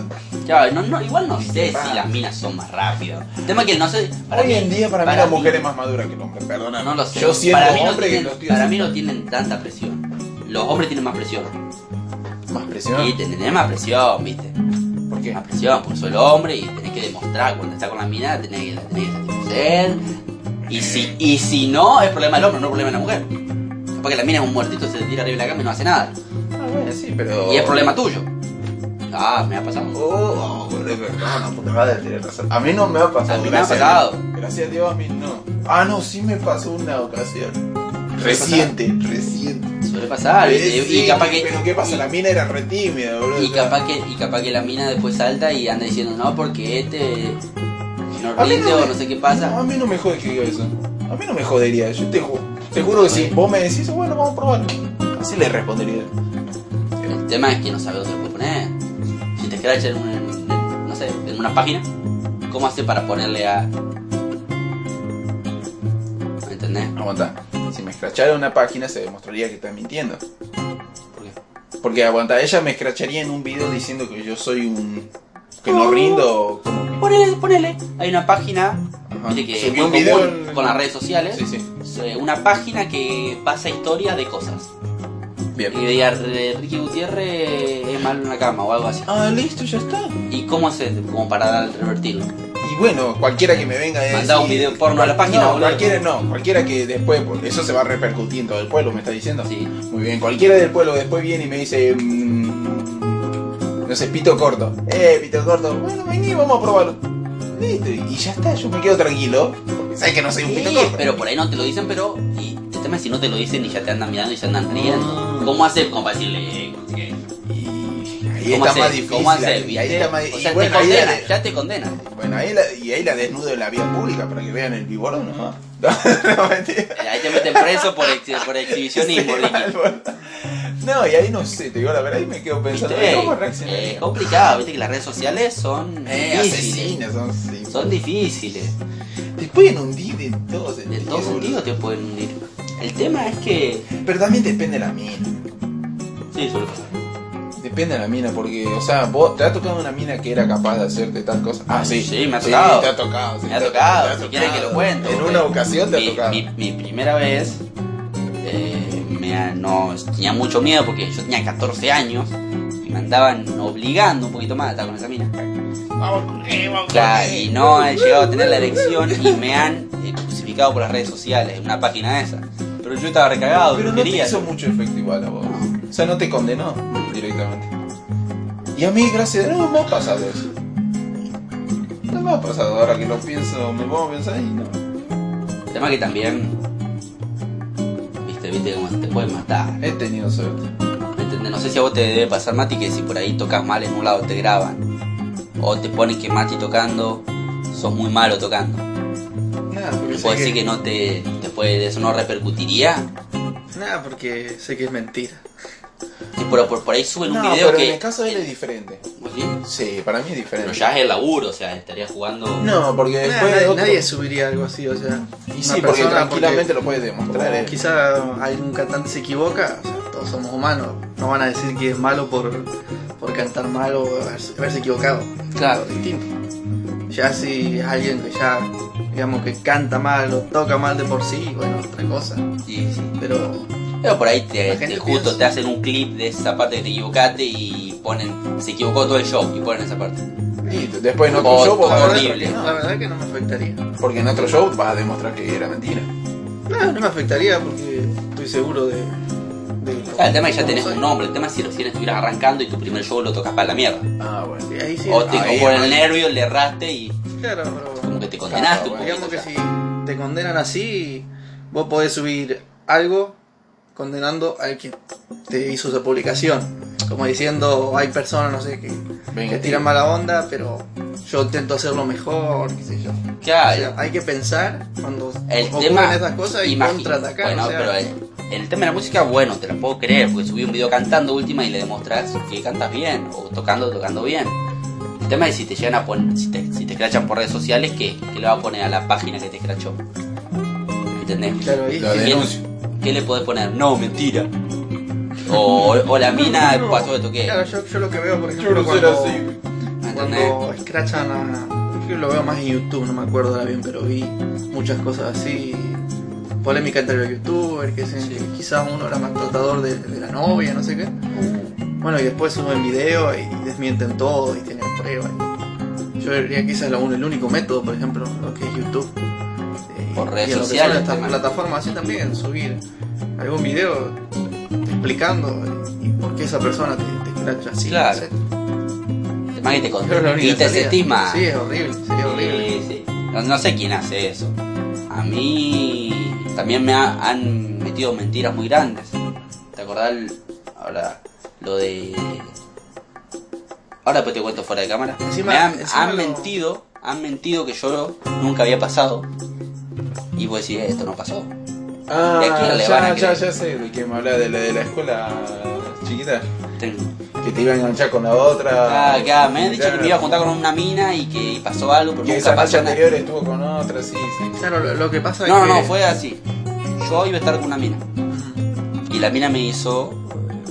[SPEAKER 1] Claro, no, no, igual no sé
[SPEAKER 2] Ah.
[SPEAKER 1] si las minas son más rápidas. El tema es que no sé. para
[SPEAKER 2] Hoy
[SPEAKER 1] mí-
[SPEAKER 2] en día, para, mí, la mujer
[SPEAKER 1] mí-
[SPEAKER 2] es más madura que el hombre, perdona.
[SPEAKER 1] No lo sé.
[SPEAKER 2] Yo siendo
[SPEAKER 1] para mí no
[SPEAKER 2] hombre que
[SPEAKER 1] tienen-
[SPEAKER 2] lo estoy
[SPEAKER 1] Para mí
[SPEAKER 2] haciendo.
[SPEAKER 1] no tienen tanta presión. Los hombres tienen más presión.
[SPEAKER 2] Más presión.
[SPEAKER 1] Y tenés más presión, viste.
[SPEAKER 2] ¿Por qué?
[SPEAKER 1] Más presión, porque sos el hombre y tenés que demostrar cuando estás con la mina, tenés que, la tenés que satisfacer. Y si, y si no, es problema del hombre, no es problema de la mujer. Porque la mina es un muertito, se tira arriba de la cama y no hace nada.
[SPEAKER 2] Ah, bueno, sí, pero.
[SPEAKER 1] Y es problema tuyo. Ah, me ha pasado.
[SPEAKER 2] Oh, es verdad, la puta madre, tenés razón. A mí no me ha pasado.
[SPEAKER 1] A mí me ha
[SPEAKER 2] gracias
[SPEAKER 1] pasado.
[SPEAKER 2] Dios. Gracias a Dios, a mí no. Ah, no, sí me pasó una ocasión. Reciente, reciente.
[SPEAKER 1] Suele pasar.
[SPEAKER 2] Eh,
[SPEAKER 1] ¿viste?
[SPEAKER 2] sí,
[SPEAKER 1] Ah, y capaz que.
[SPEAKER 2] Pero ¿qué pasa? La mina era re tímida, boludo.
[SPEAKER 1] Y capaz que, y capaz que la mina después salta y anda diciendo no porque este no
[SPEAKER 2] A mí
[SPEAKER 1] rinde
[SPEAKER 2] no
[SPEAKER 1] o
[SPEAKER 2] me-
[SPEAKER 1] no sé qué
[SPEAKER 2] No,
[SPEAKER 1] pasa.
[SPEAKER 2] a mí no me jode que diga eso. A mí no me jodería. Yo te, ju- te juro que si vos me decís, bueno, vamos a probar. Así le respondería.
[SPEAKER 1] El tema es que no sabe dónde lo puede poner. Si te escrachan en, un- en- en- no sé, en una página, ¿cómo hace para ponerle a. ¿Me entendés?
[SPEAKER 2] Aguanta. Si me escrachara una página, se demostraría que estás mintiendo.
[SPEAKER 1] ¿Por qué?
[SPEAKER 2] Porque aguanta, ella me escracharía en un video diciendo que yo soy un. que no rindo. Como que...
[SPEAKER 1] Ponele, ponele. Hay una página,
[SPEAKER 2] Ajá.
[SPEAKER 1] viste que es
[SPEAKER 2] Subí
[SPEAKER 1] muy
[SPEAKER 2] un video
[SPEAKER 1] común
[SPEAKER 2] en-
[SPEAKER 1] con las redes sociales.
[SPEAKER 2] Sí, sí.
[SPEAKER 1] eh, Una página que pasa historia de cosas. Y
[SPEAKER 2] Bien.
[SPEAKER 1] veía eh, Ricky Gutiérrez es malo en la cama o algo así.
[SPEAKER 2] Ah, listo, ya está.
[SPEAKER 1] ¿Y cómo hacer como para revertirlo?
[SPEAKER 2] Y bueno, cualquiera que me venga a
[SPEAKER 1] Mandá un video porno a la página,
[SPEAKER 2] no,
[SPEAKER 1] boludo.
[SPEAKER 2] cualquiera no, cualquiera que después, porque eso se va a repercutir en todo el pueblo, me está diciendo.
[SPEAKER 1] Sí.
[SPEAKER 2] Muy bien, cualquiera del pueblo después viene y me dice, mm, no sé, pito corto. Eh, pito corto, bueno, vení, vamos a probarlo. Listo, y ya está, yo me quedo tranquilo, porque sabes que no soy un pito
[SPEAKER 1] Sí,
[SPEAKER 2] corto.
[SPEAKER 1] pero por ahí no te lo dicen, pero. Y el tema es si no te lo dicen y ya te andan mirando y ya andan riendo.
[SPEAKER 2] Mm.
[SPEAKER 1] ¿Cómo hacer como para decirle.? eh, que-
[SPEAKER 2] Y ahí
[SPEAKER 1] ¿Cómo
[SPEAKER 2] está
[SPEAKER 1] hacer?
[SPEAKER 2] más difícil,
[SPEAKER 1] ¿Cómo hacer?
[SPEAKER 2] ahí, ahí
[SPEAKER 1] ¿Viste?
[SPEAKER 2] está más
[SPEAKER 1] O
[SPEAKER 2] y
[SPEAKER 1] sea,
[SPEAKER 2] bueno,
[SPEAKER 1] te
[SPEAKER 2] ahí
[SPEAKER 1] condenan,
[SPEAKER 2] la-
[SPEAKER 1] ya te condenan.
[SPEAKER 2] Bueno, ahí la, y ahí la desnudo en la vía pública para que vean el vibor, ¿no? No, [laughs] no mentira.
[SPEAKER 1] Eh, Ahí te meten preso por, ex- por exhibicionismo,
[SPEAKER 2] [laughs] Sí,
[SPEAKER 1] Ricky.
[SPEAKER 2] mal, boludo. No, y ahí no sé, te digo la verdad, ahí me quedo pensando,
[SPEAKER 1] ¿Viste?
[SPEAKER 2] ¿cómo
[SPEAKER 1] Eh,
[SPEAKER 2] reaccionaría?
[SPEAKER 1] complicado, viste que las redes sociales son.
[SPEAKER 2] Eh,
[SPEAKER 1] difíciles.
[SPEAKER 2] asesinas, son, sí.
[SPEAKER 1] Son difíciles.
[SPEAKER 2] Te pueden hundir en todo sentido.
[SPEAKER 1] En todo
[SPEAKER 2] boludo.
[SPEAKER 1] sentido te pueden hundir. El tema es que.
[SPEAKER 2] Pero también depende de la mina.
[SPEAKER 1] Sí, suele pasar.
[SPEAKER 2] Depende de la mina, porque, o sea, vos te ha tocado una mina que era capaz de hacerte tal cosa. Ah, sí.
[SPEAKER 1] Sí, me ha tocado.
[SPEAKER 2] te ha tocado. sí,
[SPEAKER 1] Me ha
[SPEAKER 2] te
[SPEAKER 1] tocado,
[SPEAKER 2] te
[SPEAKER 1] si quieren que lo cuento.
[SPEAKER 2] En
[SPEAKER 1] porque
[SPEAKER 2] una ocasión te
[SPEAKER 1] mi-
[SPEAKER 2] ha tocado.
[SPEAKER 1] Mi, mi primera vez, eh, me, ha- no, tenía mucho miedo porque yo tenía 14 años y me andaban obligando un poquito más a estar con esa mina. Claro, y no he llegado a tener la elección y me han eh, crucificado por las redes sociales, en una página de esa. Pero yo estaba recargado,
[SPEAKER 2] Pero no te
[SPEAKER 1] quería.
[SPEAKER 2] hizo mucho efecto igual a vos. O sea, no te condenó directamente. Y a mí, gracias a Dios, no me ha pasado eso. No me ha pasado. Ahora que lo pienso, me pongo a pensar y no.
[SPEAKER 1] El tema que también. Viste, viste cómo te pueden matar.
[SPEAKER 2] He tenido suerte.
[SPEAKER 1] ¿Me entendés? No sé si a vos te debe pasar, Mati, que si por ahí tocas mal en un lado te graban. O te ponen que Mati tocando, sos muy malo tocando.
[SPEAKER 3] Nada,
[SPEAKER 1] ¿Me
[SPEAKER 3] porque sé
[SPEAKER 1] puedo decir
[SPEAKER 3] que,
[SPEAKER 1] que no te. después de eso no repercutiría?
[SPEAKER 3] nada, porque sé que es mentira.
[SPEAKER 1] Sí, pero por, por ahí suben un
[SPEAKER 2] No,
[SPEAKER 1] video
[SPEAKER 2] pero
[SPEAKER 1] que.
[SPEAKER 2] en el caso de él es diferente.
[SPEAKER 1] ¿Vos sí?
[SPEAKER 2] Sí, para mí es diferente.
[SPEAKER 1] Pero ya es el laburo, o sea, estaría jugando.
[SPEAKER 2] No, porque
[SPEAKER 3] Nada,
[SPEAKER 2] después
[SPEAKER 3] nadie,
[SPEAKER 2] de otro...
[SPEAKER 3] nadie subiría algo así, o sea.
[SPEAKER 2] Y
[SPEAKER 3] una
[SPEAKER 2] sí, porque
[SPEAKER 3] persona,
[SPEAKER 2] tranquilamente lo puedes
[SPEAKER 3] porque
[SPEAKER 2] demostrar. eh.
[SPEAKER 3] Quizá algún cantante se equivoca, o sea, todos somos humanos. No van a decir que es malo por, por cantar mal o haberse, haberse equivocado.
[SPEAKER 1] Claro.
[SPEAKER 3] Es distinto. Ya si alguien que ya, digamos, que canta mal o toca mal de por sí, bueno, otra cosa.
[SPEAKER 1] Sí, sí.
[SPEAKER 3] Pero
[SPEAKER 1] Pero por ahí
[SPEAKER 3] La
[SPEAKER 1] te,
[SPEAKER 3] gente
[SPEAKER 1] te- justo
[SPEAKER 3] piensa.
[SPEAKER 1] te hacen un clip de esa parte que te equivocaste y ponen. se equivocó todo el show y ponen esa parte.
[SPEAKER 2] Y después en otro
[SPEAKER 1] Oh,
[SPEAKER 2] show vos vas a demostrar
[SPEAKER 1] horrible.
[SPEAKER 2] que no.
[SPEAKER 3] la verdad que no me afectaría.
[SPEAKER 2] Porque en otro show vas a demostrar que era mentira.
[SPEAKER 3] No, no me afectaría porque estoy seguro de. de
[SPEAKER 1] Claro, el tema es que ya
[SPEAKER 3] cómo
[SPEAKER 1] tenés
[SPEAKER 3] soy.
[SPEAKER 1] un nombre, el tema es si recién estuvieras arrancando y tu primer show lo tocas para la mierda.
[SPEAKER 2] Ah, bueno.
[SPEAKER 3] Sí, Ahí sí.
[SPEAKER 1] O, te,
[SPEAKER 2] Ahí,
[SPEAKER 1] o por
[SPEAKER 2] ahí.
[SPEAKER 1] el nervio le erraste y
[SPEAKER 3] Claro,
[SPEAKER 1] como
[SPEAKER 3] pero.
[SPEAKER 1] que te condenaste un
[SPEAKER 2] Claro,
[SPEAKER 1] poquito.
[SPEAKER 3] Digamos que
[SPEAKER 1] ya.
[SPEAKER 3] si te condenan así, vos podés subir algo condenando al que te hizo esa publicación. Como diciendo, hay personas, no sé, que, que tiran mala onda, pero yo intento hacerlo mejor, qué sé yo. O
[SPEAKER 1] Claro,
[SPEAKER 3] sea, hay que pensar cuando
[SPEAKER 1] el
[SPEAKER 3] ocurren
[SPEAKER 1] tema.
[SPEAKER 3] estas cosas y
[SPEAKER 1] imagino-
[SPEAKER 3] contraatacar.
[SPEAKER 1] Bueno,
[SPEAKER 3] o sea,
[SPEAKER 1] pero el, el tema de la música, bueno, te la puedo creer, porque subí un video cantando última y le demostrás que cantas bien, o tocando, tocando bien. El tema es si te llegan a poner, si te, si te escrachan por redes sociales, ¿qué? ¿Qué le va a poner a la página que te escrachó? ¿Entendés?
[SPEAKER 3] claro, ahí
[SPEAKER 2] La
[SPEAKER 3] sí.
[SPEAKER 1] ¿Qué-
[SPEAKER 2] denuncio.
[SPEAKER 1] ¿Qué le podés poner? No, mentira. O, o la mina
[SPEAKER 3] No,
[SPEAKER 1] pasó de toque.
[SPEAKER 3] Claro, yo, yo lo que veo, por
[SPEAKER 2] Yo
[SPEAKER 3] ejemplo,
[SPEAKER 2] no será
[SPEAKER 3] cuando,
[SPEAKER 2] así.
[SPEAKER 1] ¿Entendés?
[SPEAKER 3] cuando escrachan a... Yo lo veo más en YouTube, no me acuerdo ahora bien, pero vi muchas cosas así. Polémica entre los youtubers, que, dicen que quizás uno era más tratador de, de la novia, no sé qué. Bueno, y después suben video y desmienten todo y tienen pruebas. y- Yo diría que ese es lo un- el único método, por ejemplo, lo que es YouTube. Eh,
[SPEAKER 1] Por redes
[SPEAKER 3] y en lo que son
[SPEAKER 1] sociales
[SPEAKER 3] estas
[SPEAKER 1] también.
[SPEAKER 3] plataformas así también, subir algún video explicando eh, y por qué esa persona te, te escracha así.
[SPEAKER 1] Claro.
[SPEAKER 3] no sé.
[SPEAKER 1] Más que te con-
[SPEAKER 3] Pero es la única
[SPEAKER 1] y te
[SPEAKER 3] salida.
[SPEAKER 1] desestima.
[SPEAKER 3] Sí, es horrible, sí, es horrible.
[SPEAKER 1] Sí, sí. No, no sé quién hace eso. A mí también me ha- han metido mentiras muy grandes. ¿Te acordás el- ahora lo de... Ahora pues te cuento fuera de cámara.
[SPEAKER 3] Encima-
[SPEAKER 1] me han,
[SPEAKER 3] encima
[SPEAKER 1] han
[SPEAKER 3] lo-
[SPEAKER 1] mentido, han mentido que yo nunca había pasado. Y vos decís, "Eh, esto no pasó.
[SPEAKER 2] Ah,
[SPEAKER 1] ¿Y a quién le van a
[SPEAKER 2] ya, ya,
[SPEAKER 1] creer?
[SPEAKER 2] ya sé de que me habla de la de la escuela chiquita.
[SPEAKER 1] Ten-
[SPEAKER 2] Que te iba a enganchar con la otra.
[SPEAKER 1] Ah, claro, me han dicho que me iba a juntar
[SPEAKER 2] juntar
[SPEAKER 1] con una mina y que pasó algo, pero
[SPEAKER 2] Que
[SPEAKER 1] nunca
[SPEAKER 2] esa noche
[SPEAKER 1] pasó nada.
[SPEAKER 2] anterior estuvo con otra, sí, sí.
[SPEAKER 3] Claro, lo, lo que pasa es
[SPEAKER 1] No,
[SPEAKER 3] que...
[SPEAKER 1] no, no, fue así. Yo iba a estar con una mina. Y la mina me hizo.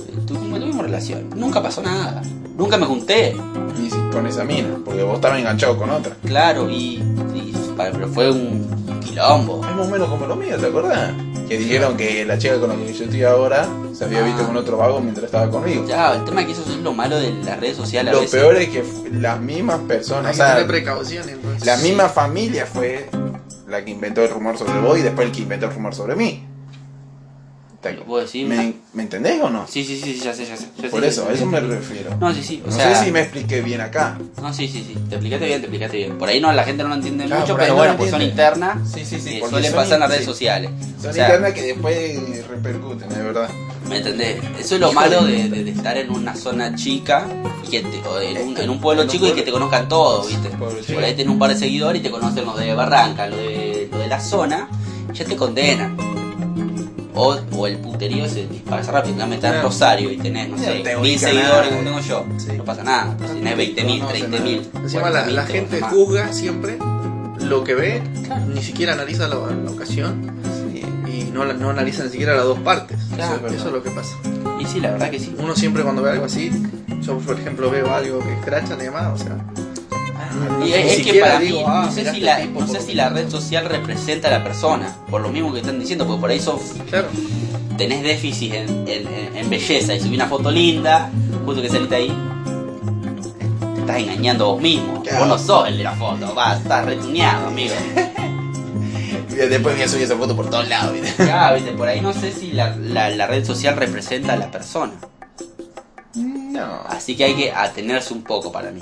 [SPEAKER 1] eh, Tuvimos, tuvimos relación. Nunca pasó nada. Nunca me junté.
[SPEAKER 2] Y sí, con esa mina, porque vos estabas enganchado con otra.
[SPEAKER 1] Claro, y. y- pero fue un quilombo.
[SPEAKER 2] Es más o menos como lo mío, ¿te acordás? Que dijeron que la chica con la que yo estoy ahora se había
[SPEAKER 1] Ah.
[SPEAKER 2] visto con otro vago mientras estaba conmigo.
[SPEAKER 1] Ya, el tema es que eso es lo malo de las redes sociales. a
[SPEAKER 2] Lo
[SPEAKER 1] veces.
[SPEAKER 2] peor es que f- las mismas
[SPEAKER 3] Hay
[SPEAKER 1] Ah,
[SPEAKER 2] personas,
[SPEAKER 3] que
[SPEAKER 2] o sea,
[SPEAKER 3] tener precaución entonces.
[SPEAKER 2] la misma familia fue la que inventó el rumor sobre vos y después el que inventó el rumor sobre mí. ¿Te ac-
[SPEAKER 1] ¿Puedo decir?
[SPEAKER 2] ¿Me, me entendés o no?
[SPEAKER 1] Sí, sí, sí, sí, ya sé, ya sé. ya
[SPEAKER 2] Por
[SPEAKER 1] sé,
[SPEAKER 2] eso,
[SPEAKER 1] ya
[SPEAKER 2] a
[SPEAKER 1] sé.
[SPEAKER 2] eso me refiero.
[SPEAKER 1] No, sí, sí. O
[SPEAKER 2] No
[SPEAKER 1] sea,
[SPEAKER 2] sé si me expliqué bien acá.
[SPEAKER 1] No, sí, sí, sí. Te explicaste bien, te explicaste bien. Por ahí no la gente no lo entiende
[SPEAKER 2] Claro,
[SPEAKER 1] mucho,
[SPEAKER 2] Ah, por ahí
[SPEAKER 1] pero
[SPEAKER 2] no
[SPEAKER 1] bueno,
[SPEAKER 2] lo
[SPEAKER 1] pues son
[SPEAKER 2] entiende.
[SPEAKER 1] internas.
[SPEAKER 2] Sí, sí, sí,
[SPEAKER 1] que
[SPEAKER 2] porque
[SPEAKER 1] eh, suelen
[SPEAKER 2] son
[SPEAKER 1] pasar en las
[SPEAKER 2] in-
[SPEAKER 1] redes
[SPEAKER 2] sí.
[SPEAKER 1] sociales.
[SPEAKER 2] Son
[SPEAKER 1] O sea,
[SPEAKER 2] internas que después repercuten, de verdad.
[SPEAKER 1] ¿Me entendés? Eso es lo
[SPEAKER 2] Hijo
[SPEAKER 1] malo
[SPEAKER 2] de
[SPEAKER 1] de, de- de estar en una zona chica y que te- o en, un, en un pueblo
[SPEAKER 2] En un
[SPEAKER 1] chico y que te conozcan todos, ¿viste?
[SPEAKER 2] Pobre
[SPEAKER 1] Por ahí
[SPEAKER 2] chico.
[SPEAKER 1] tenés un par de seguidores y te conocen los de Barranca, los de, los de la zona, y ya te condenan. O, o el puterío se dispara rápido, no meter
[SPEAKER 2] Claro.
[SPEAKER 1] Rosario y tenés, no
[SPEAKER 2] No
[SPEAKER 1] sé,
[SPEAKER 2] te
[SPEAKER 1] mil
[SPEAKER 2] ubica
[SPEAKER 1] seguidores
[SPEAKER 2] nadie.
[SPEAKER 1] como tengo yo.
[SPEAKER 3] Sí.
[SPEAKER 1] No pasa nada, pero si tenés 20.000,
[SPEAKER 2] No conoce
[SPEAKER 1] 30.000.
[SPEAKER 3] Encima la,
[SPEAKER 1] 40.000,
[SPEAKER 3] la
[SPEAKER 1] te conocen
[SPEAKER 3] gente
[SPEAKER 1] más.
[SPEAKER 3] juzga siempre lo que ve, ni siquiera analiza la, la ocasión y no, la- no analiza ni siquiera las dos partes.
[SPEAKER 1] Claro,
[SPEAKER 3] eso,
[SPEAKER 2] es
[SPEAKER 3] eso es lo que pasa.
[SPEAKER 1] Y sí, la verdad que sí.
[SPEAKER 3] Uno siempre cuando ve algo así, yo por ejemplo veo algo que escrachan y demás, o sea...
[SPEAKER 1] Ah, Y
[SPEAKER 3] ni
[SPEAKER 1] es, es que
[SPEAKER 3] siquiera
[SPEAKER 1] para
[SPEAKER 3] digo,
[SPEAKER 1] mí,
[SPEAKER 3] ah,
[SPEAKER 1] no sé,
[SPEAKER 3] mirá
[SPEAKER 1] si
[SPEAKER 3] este
[SPEAKER 1] la,
[SPEAKER 3] tipo
[SPEAKER 1] no sé
[SPEAKER 3] por-
[SPEAKER 1] si la red social representa a la persona, por lo mismo que están diciendo, porque por ahí sos,
[SPEAKER 3] Claro,
[SPEAKER 1] tenés déficit en, en- en- en belleza y subí una foto linda, justo que saliste ahí, te estás engañando vos mismo.
[SPEAKER 2] Claro.
[SPEAKER 1] Vos no sos el de la foto, vas, estás retuneado, amigo.
[SPEAKER 2] Y después voy a subir esa foto por todos lados.
[SPEAKER 1] [laughs]
[SPEAKER 2] ¿viste?
[SPEAKER 1] Ya, viste, por ahí no sé si la, la- la red social representa a la persona.
[SPEAKER 2] No.
[SPEAKER 1] Así que hay que atenerse un poco para mí.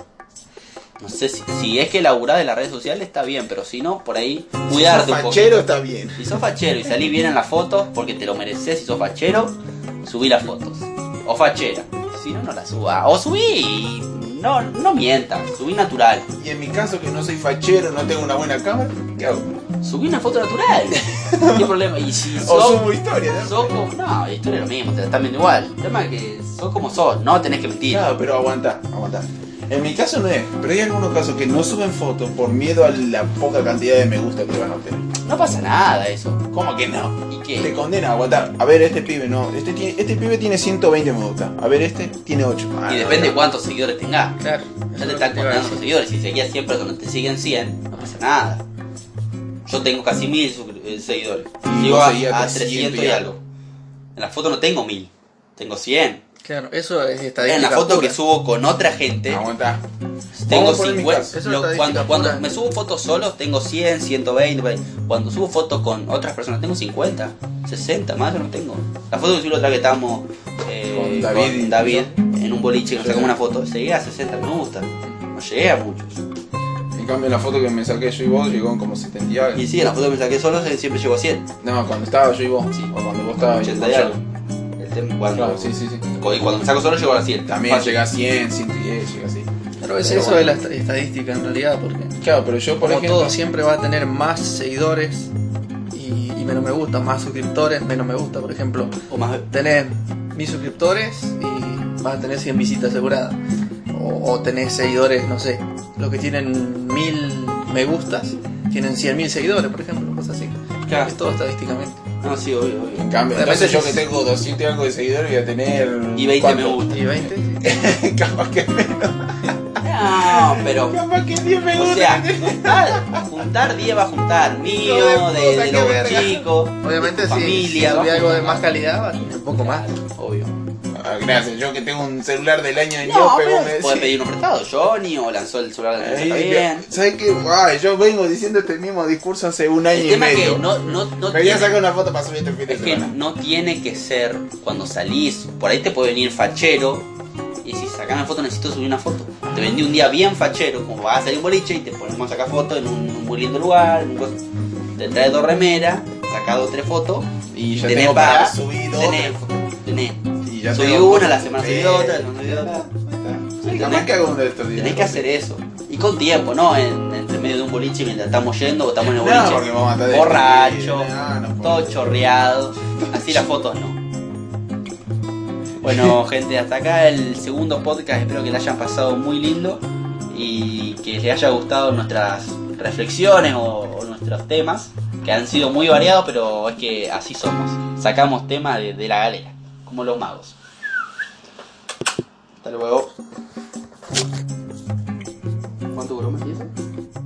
[SPEAKER 1] No sé si, si es que laburar de la red social está bien, pero si no, por ahí cuidarte un poco.
[SPEAKER 2] Fachero está bien.
[SPEAKER 1] Si sos fachero y salís bien en las fotos, porque te lo mereces, si sos fachero, subí las fotos. O fachera. Si no, no las suba. O subí y no, no mientas, subí natural.
[SPEAKER 2] Y en mi caso, que no soy fachero, no tengo una buena cámara, ¿qué hago?
[SPEAKER 1] Subí una foto natural. ¿Qué problema? Y si sos,
[SPEAKER 2] [laughs] O subo historia, ¿no?
[SPEAKER 1] sos como. No, esto es lo mismo, te están viendo igual. El tema es que sos como sos, no tenés que mentir.
[SPEAKER 2] Claro, pero aguanta, aguanta. En mi caso no es, pero hay algunos casos que no suben fotos por miedo a la poca cantidad de me gusta que van a obtener.
[SPEAKER 1] No pasa nada eso.
[SPEAKER 2] ¿Cómo que no?
[SPEAKER 1] ¿Y
[SPEAKER 2] Te
[SPEAKER 1] qué?
[SPEAKER 2] condena, aguanta. A ver, este pibe no. Este, tiene- este pibe tiene 120 me gusta. A ver, este tiene 8.
[SPEAKER 1] Y depende cuántos seguidores tengas.
[SPEAKER 3] claro.
[SPEAKER 1] Ya
[SPEAKER 3] eso
[SPEAKER 1] te
[SPEAKER 3] es lo que
[SPEAKER 1] están
[SPEAKER 3] iba a
[SPEAKER 1] contando
[SPEAKER 3] decir.
[SPEAKER 1] los seguidores. Si seguías 100 personas, te siguen 100, no pasa nada. Yo tengo casi 1000 suscri- eh, seguidores.
[SPEAKER 2] Y
[SPEAKER 1] Llego
[SPEAKER 2] vos
[SPEAKER 1] a,
[SPEAKER 2] seguías
[SPEAKER 1] a
[SPEAKER 2] con
[SPEAKER 1] 300 y
[SPEAKER 2] 100 y
[SPEAKER 1] algo. En la foto no tengo 1000, tengo 100.
[SPEAKER 3] Claro, eso es estadística
[SPEAKER 1] En la foto
[SPEAKER 3] pura.
[SPEAKER 1] que subo con otra gente,
[SPEAKER 2] Aguanta.
[SPEAKER 1] tengo
[SPEAKER 2] Vamos a poner mi caso.
[SPEAKER 1] 50.
[SPEAKER 3] Eso
[SPEAKER 1] lo-
[SPEAKER 3] está
[SPEAKER 1] cuando,
[SPEAKER 3] diciendo
[SPEAKER 1] cuando
[SPEAKER 3] pura.
[SPEAKER 1] me subo fotos solos, tengo 100, 120. por ahí. Cuando subo fotos con otras personas, tengo 50, 60, más yo no tengo. La foto que subí la otra que estábamos eh,
[SPEAKER 2] Con
[SPEAKER 1] con
[SPEAKER 2] David
[SPEAKER 1] David,
[SPEAKER 2] y-
[SPEAKER 1] en un boliche que nos
[SPEAKER 2] Sí.
[SPEAKER 1] sacamos una foto, llegué a 60 me gusta. No llegué a muchos.
[SPEAKER 2] En cambio, la foto que me saqué yo y vos llegó en como 70 y algo.
[SPEAKER 1] Y sí, en la foto que me saqué solo se- siempre llegó a 100.
[SPEAKER 2] No, cuando estaba yo y vos.
[SPEAKER 1] Sí.
[SPEAKER 2] O cuando vos estabas
[SPEAKER 1] 80 y
[SPEAKER 2] yo.
[SPEAKER 1] algo. El tema cuando,
[SPEAKER 2] Claro, sí, sí, sí.
[SPEAKER 1] cu- y cuando me saco solo llegó a las 100.
[SPEAKER 2] También
[SPEAKER 1] Fácil.
[SPEAKER 2] llega a 100, 110, llega así.
[SPEAKER 3] Claro, es
[SPEAKER 2] Pero
[SPEAKER 3] eso
[SPEAKER 2] bueno.
[SPEAKER 3] es la esta- estadística en realidad, porque
[SPEAKER 2] Claro, pero yo por
[SPEAKER 3] como
[SPEAKER 2] ejemplo.
[SPEAKER 3] todo siempre va a tener más seguidores y, y menos me gusta, más suscriptores, menos me gusta, por ejemplo.
[SPEAKER 1] O más.
[SPEAKER 3] tenés mil suscriptores y vas a tener 100 visitas aseguradas. O, o tenés seguidores, no sé, los que tienen mil me gustas, tienen 100.000 seguidores, por ejemplo, cosas así.
[SPEAKER 1] Claro.
[SPEAKER 3] Es todo estadísticamente.
[SPEAKER 1] No, sí, obvio, obvio.
[SPEAKER 2] En cambio,
[SPEAKER 3] De
[SPEAKER 2] entonces yo que
[SPEAKER 3] repente-
[SPEAKER 2] tengo 200 y algo de seguidores voy a tener.
[SPEAKER 1] Y 20
[SPEAKER 2] ¿cuánto?
[SPEAKER 1] me gusta.
[SPEAKER 3] ¿Y 20?
[SPEAKER 2] [laughs] capaz que
[SPEAKER 1] [laughs]
[SPEAKER 2] menos.
[SPEAKER 1] No, pero.
[SPEAKER 2] [laughs] Capaz que 10 me
[SPEAKER 1] O
[SPEAKER 2] gustan.
[SPEAKER 1] sea, juntar, juntar 10 va a juntar mío,
[SPEAKER 2] Hijo de
[SPEAKER 1] de, de
[SPEAKER 2] puta, qué
[SPEAKER 1] los
[SPEAKER 2] verga.
[SPEAKER 1] chicos, de
[SPEAKER 3] Obviamente,
[SPEAKER 1] tu
[SPEAKER 3] si,
[SPEAKER 1] familia,
[SPEAKER 3] si
[SPEAKER 1] va
[SPEAKER 3] subí
[SPEAKER 1] a
[SPEAKER 3] algo de
[SPEAKER 1] juntar
[SPEAKER 3] más calidad, va a tener un poco más.
[SPEAKER 1] Obvio.
[SPEAKER 2] Ah, gracias, yo que tengo un celular del año de
[SPEAKER 1] No,
[SPEAKER 2] miope, vos me
[SPEAKER 1] pero
[SPEAKER 2] decís.
[SPEAKER 1] puede pedir uno prestado, Johnny, o lanzó el celular de la
[SPEAKER 2] Ahí,
[SPEAKER 1] empresa, está bien.
[SPEAKER 2] ¿Sabes qué? Guay, yo vengo diciendo este mismo discurso hace un año
[SPEAKER 1] El
[SPEAKER 2] y
[SPEAKER 1] tema es
[SPEAKER 2] medio.
[SPEAKER 1] que no, no, no
[SPEAKER 2] me voy a
[SPEAKER 1] tiene-
[SPEAKER 2] sacar una foto para subir este fin de
[SPEAKER 1] Es que
[SPEAKER 2] semana.
[SPEAKER 1] no tiene que ser cuando salís. Por ahí te puede venir fachero. Y si sacás una foto, necesito subir una foto. Te vendí un día bien fachero, como vas a salir un boliche y te ponemos a sacar fotos en un, un muy lindo lugar. en un cos- Te traes dos remeras, sacás dos tres fotos.
[SPEAKER 2] Y ya
[SPEAKER 1] tenés
[SPEAKER 2] tengo
[SPEAKER 1] para-
[SPEAKER 2] para subir dos.
[SPEAKER 1] Tenés, tenés.
[SPEAKER 2] Y ya
[SPEAKER 1] subí
[SPEAKER 2] tengo-
[SPEAKER 1] una, la semana
[SPEAKER 2] Sí.
[SPEAKER 1] subí otra, la semana subí otra.
[SPEAKER 2] Sí, capaz que hago uno de estos días.
[SPEAKER 1] Tenés que hacer eso. Y con tiempo, ¿no? En, entre medio de un boliche mientras estamos yendo o estamos en el
[SPEAKER 2] No, porque
[SPEAKER 1] boliche.
[SPEAKER 2] vamos a estar de-
[SPEAKER 1] Borracho,
[SPEAKER 2] No, no puedo.
[SPEAKER 1] todo chorreado. Así las fotos no.
[SPEAKER 2] [laughs]
[SPEAKER 1] Bueno, gente, hasta acá el segundo podcast. Espero que la hayan pasado muy lindo y que les haya gustado nuestras reflexiones o, o nuestros temas, que han sido muy variados, pero es que así somos. Sacamos temas de, de la galera, como los magos. Hasta luego. ¿Cuánto duró más? ¿Y eso?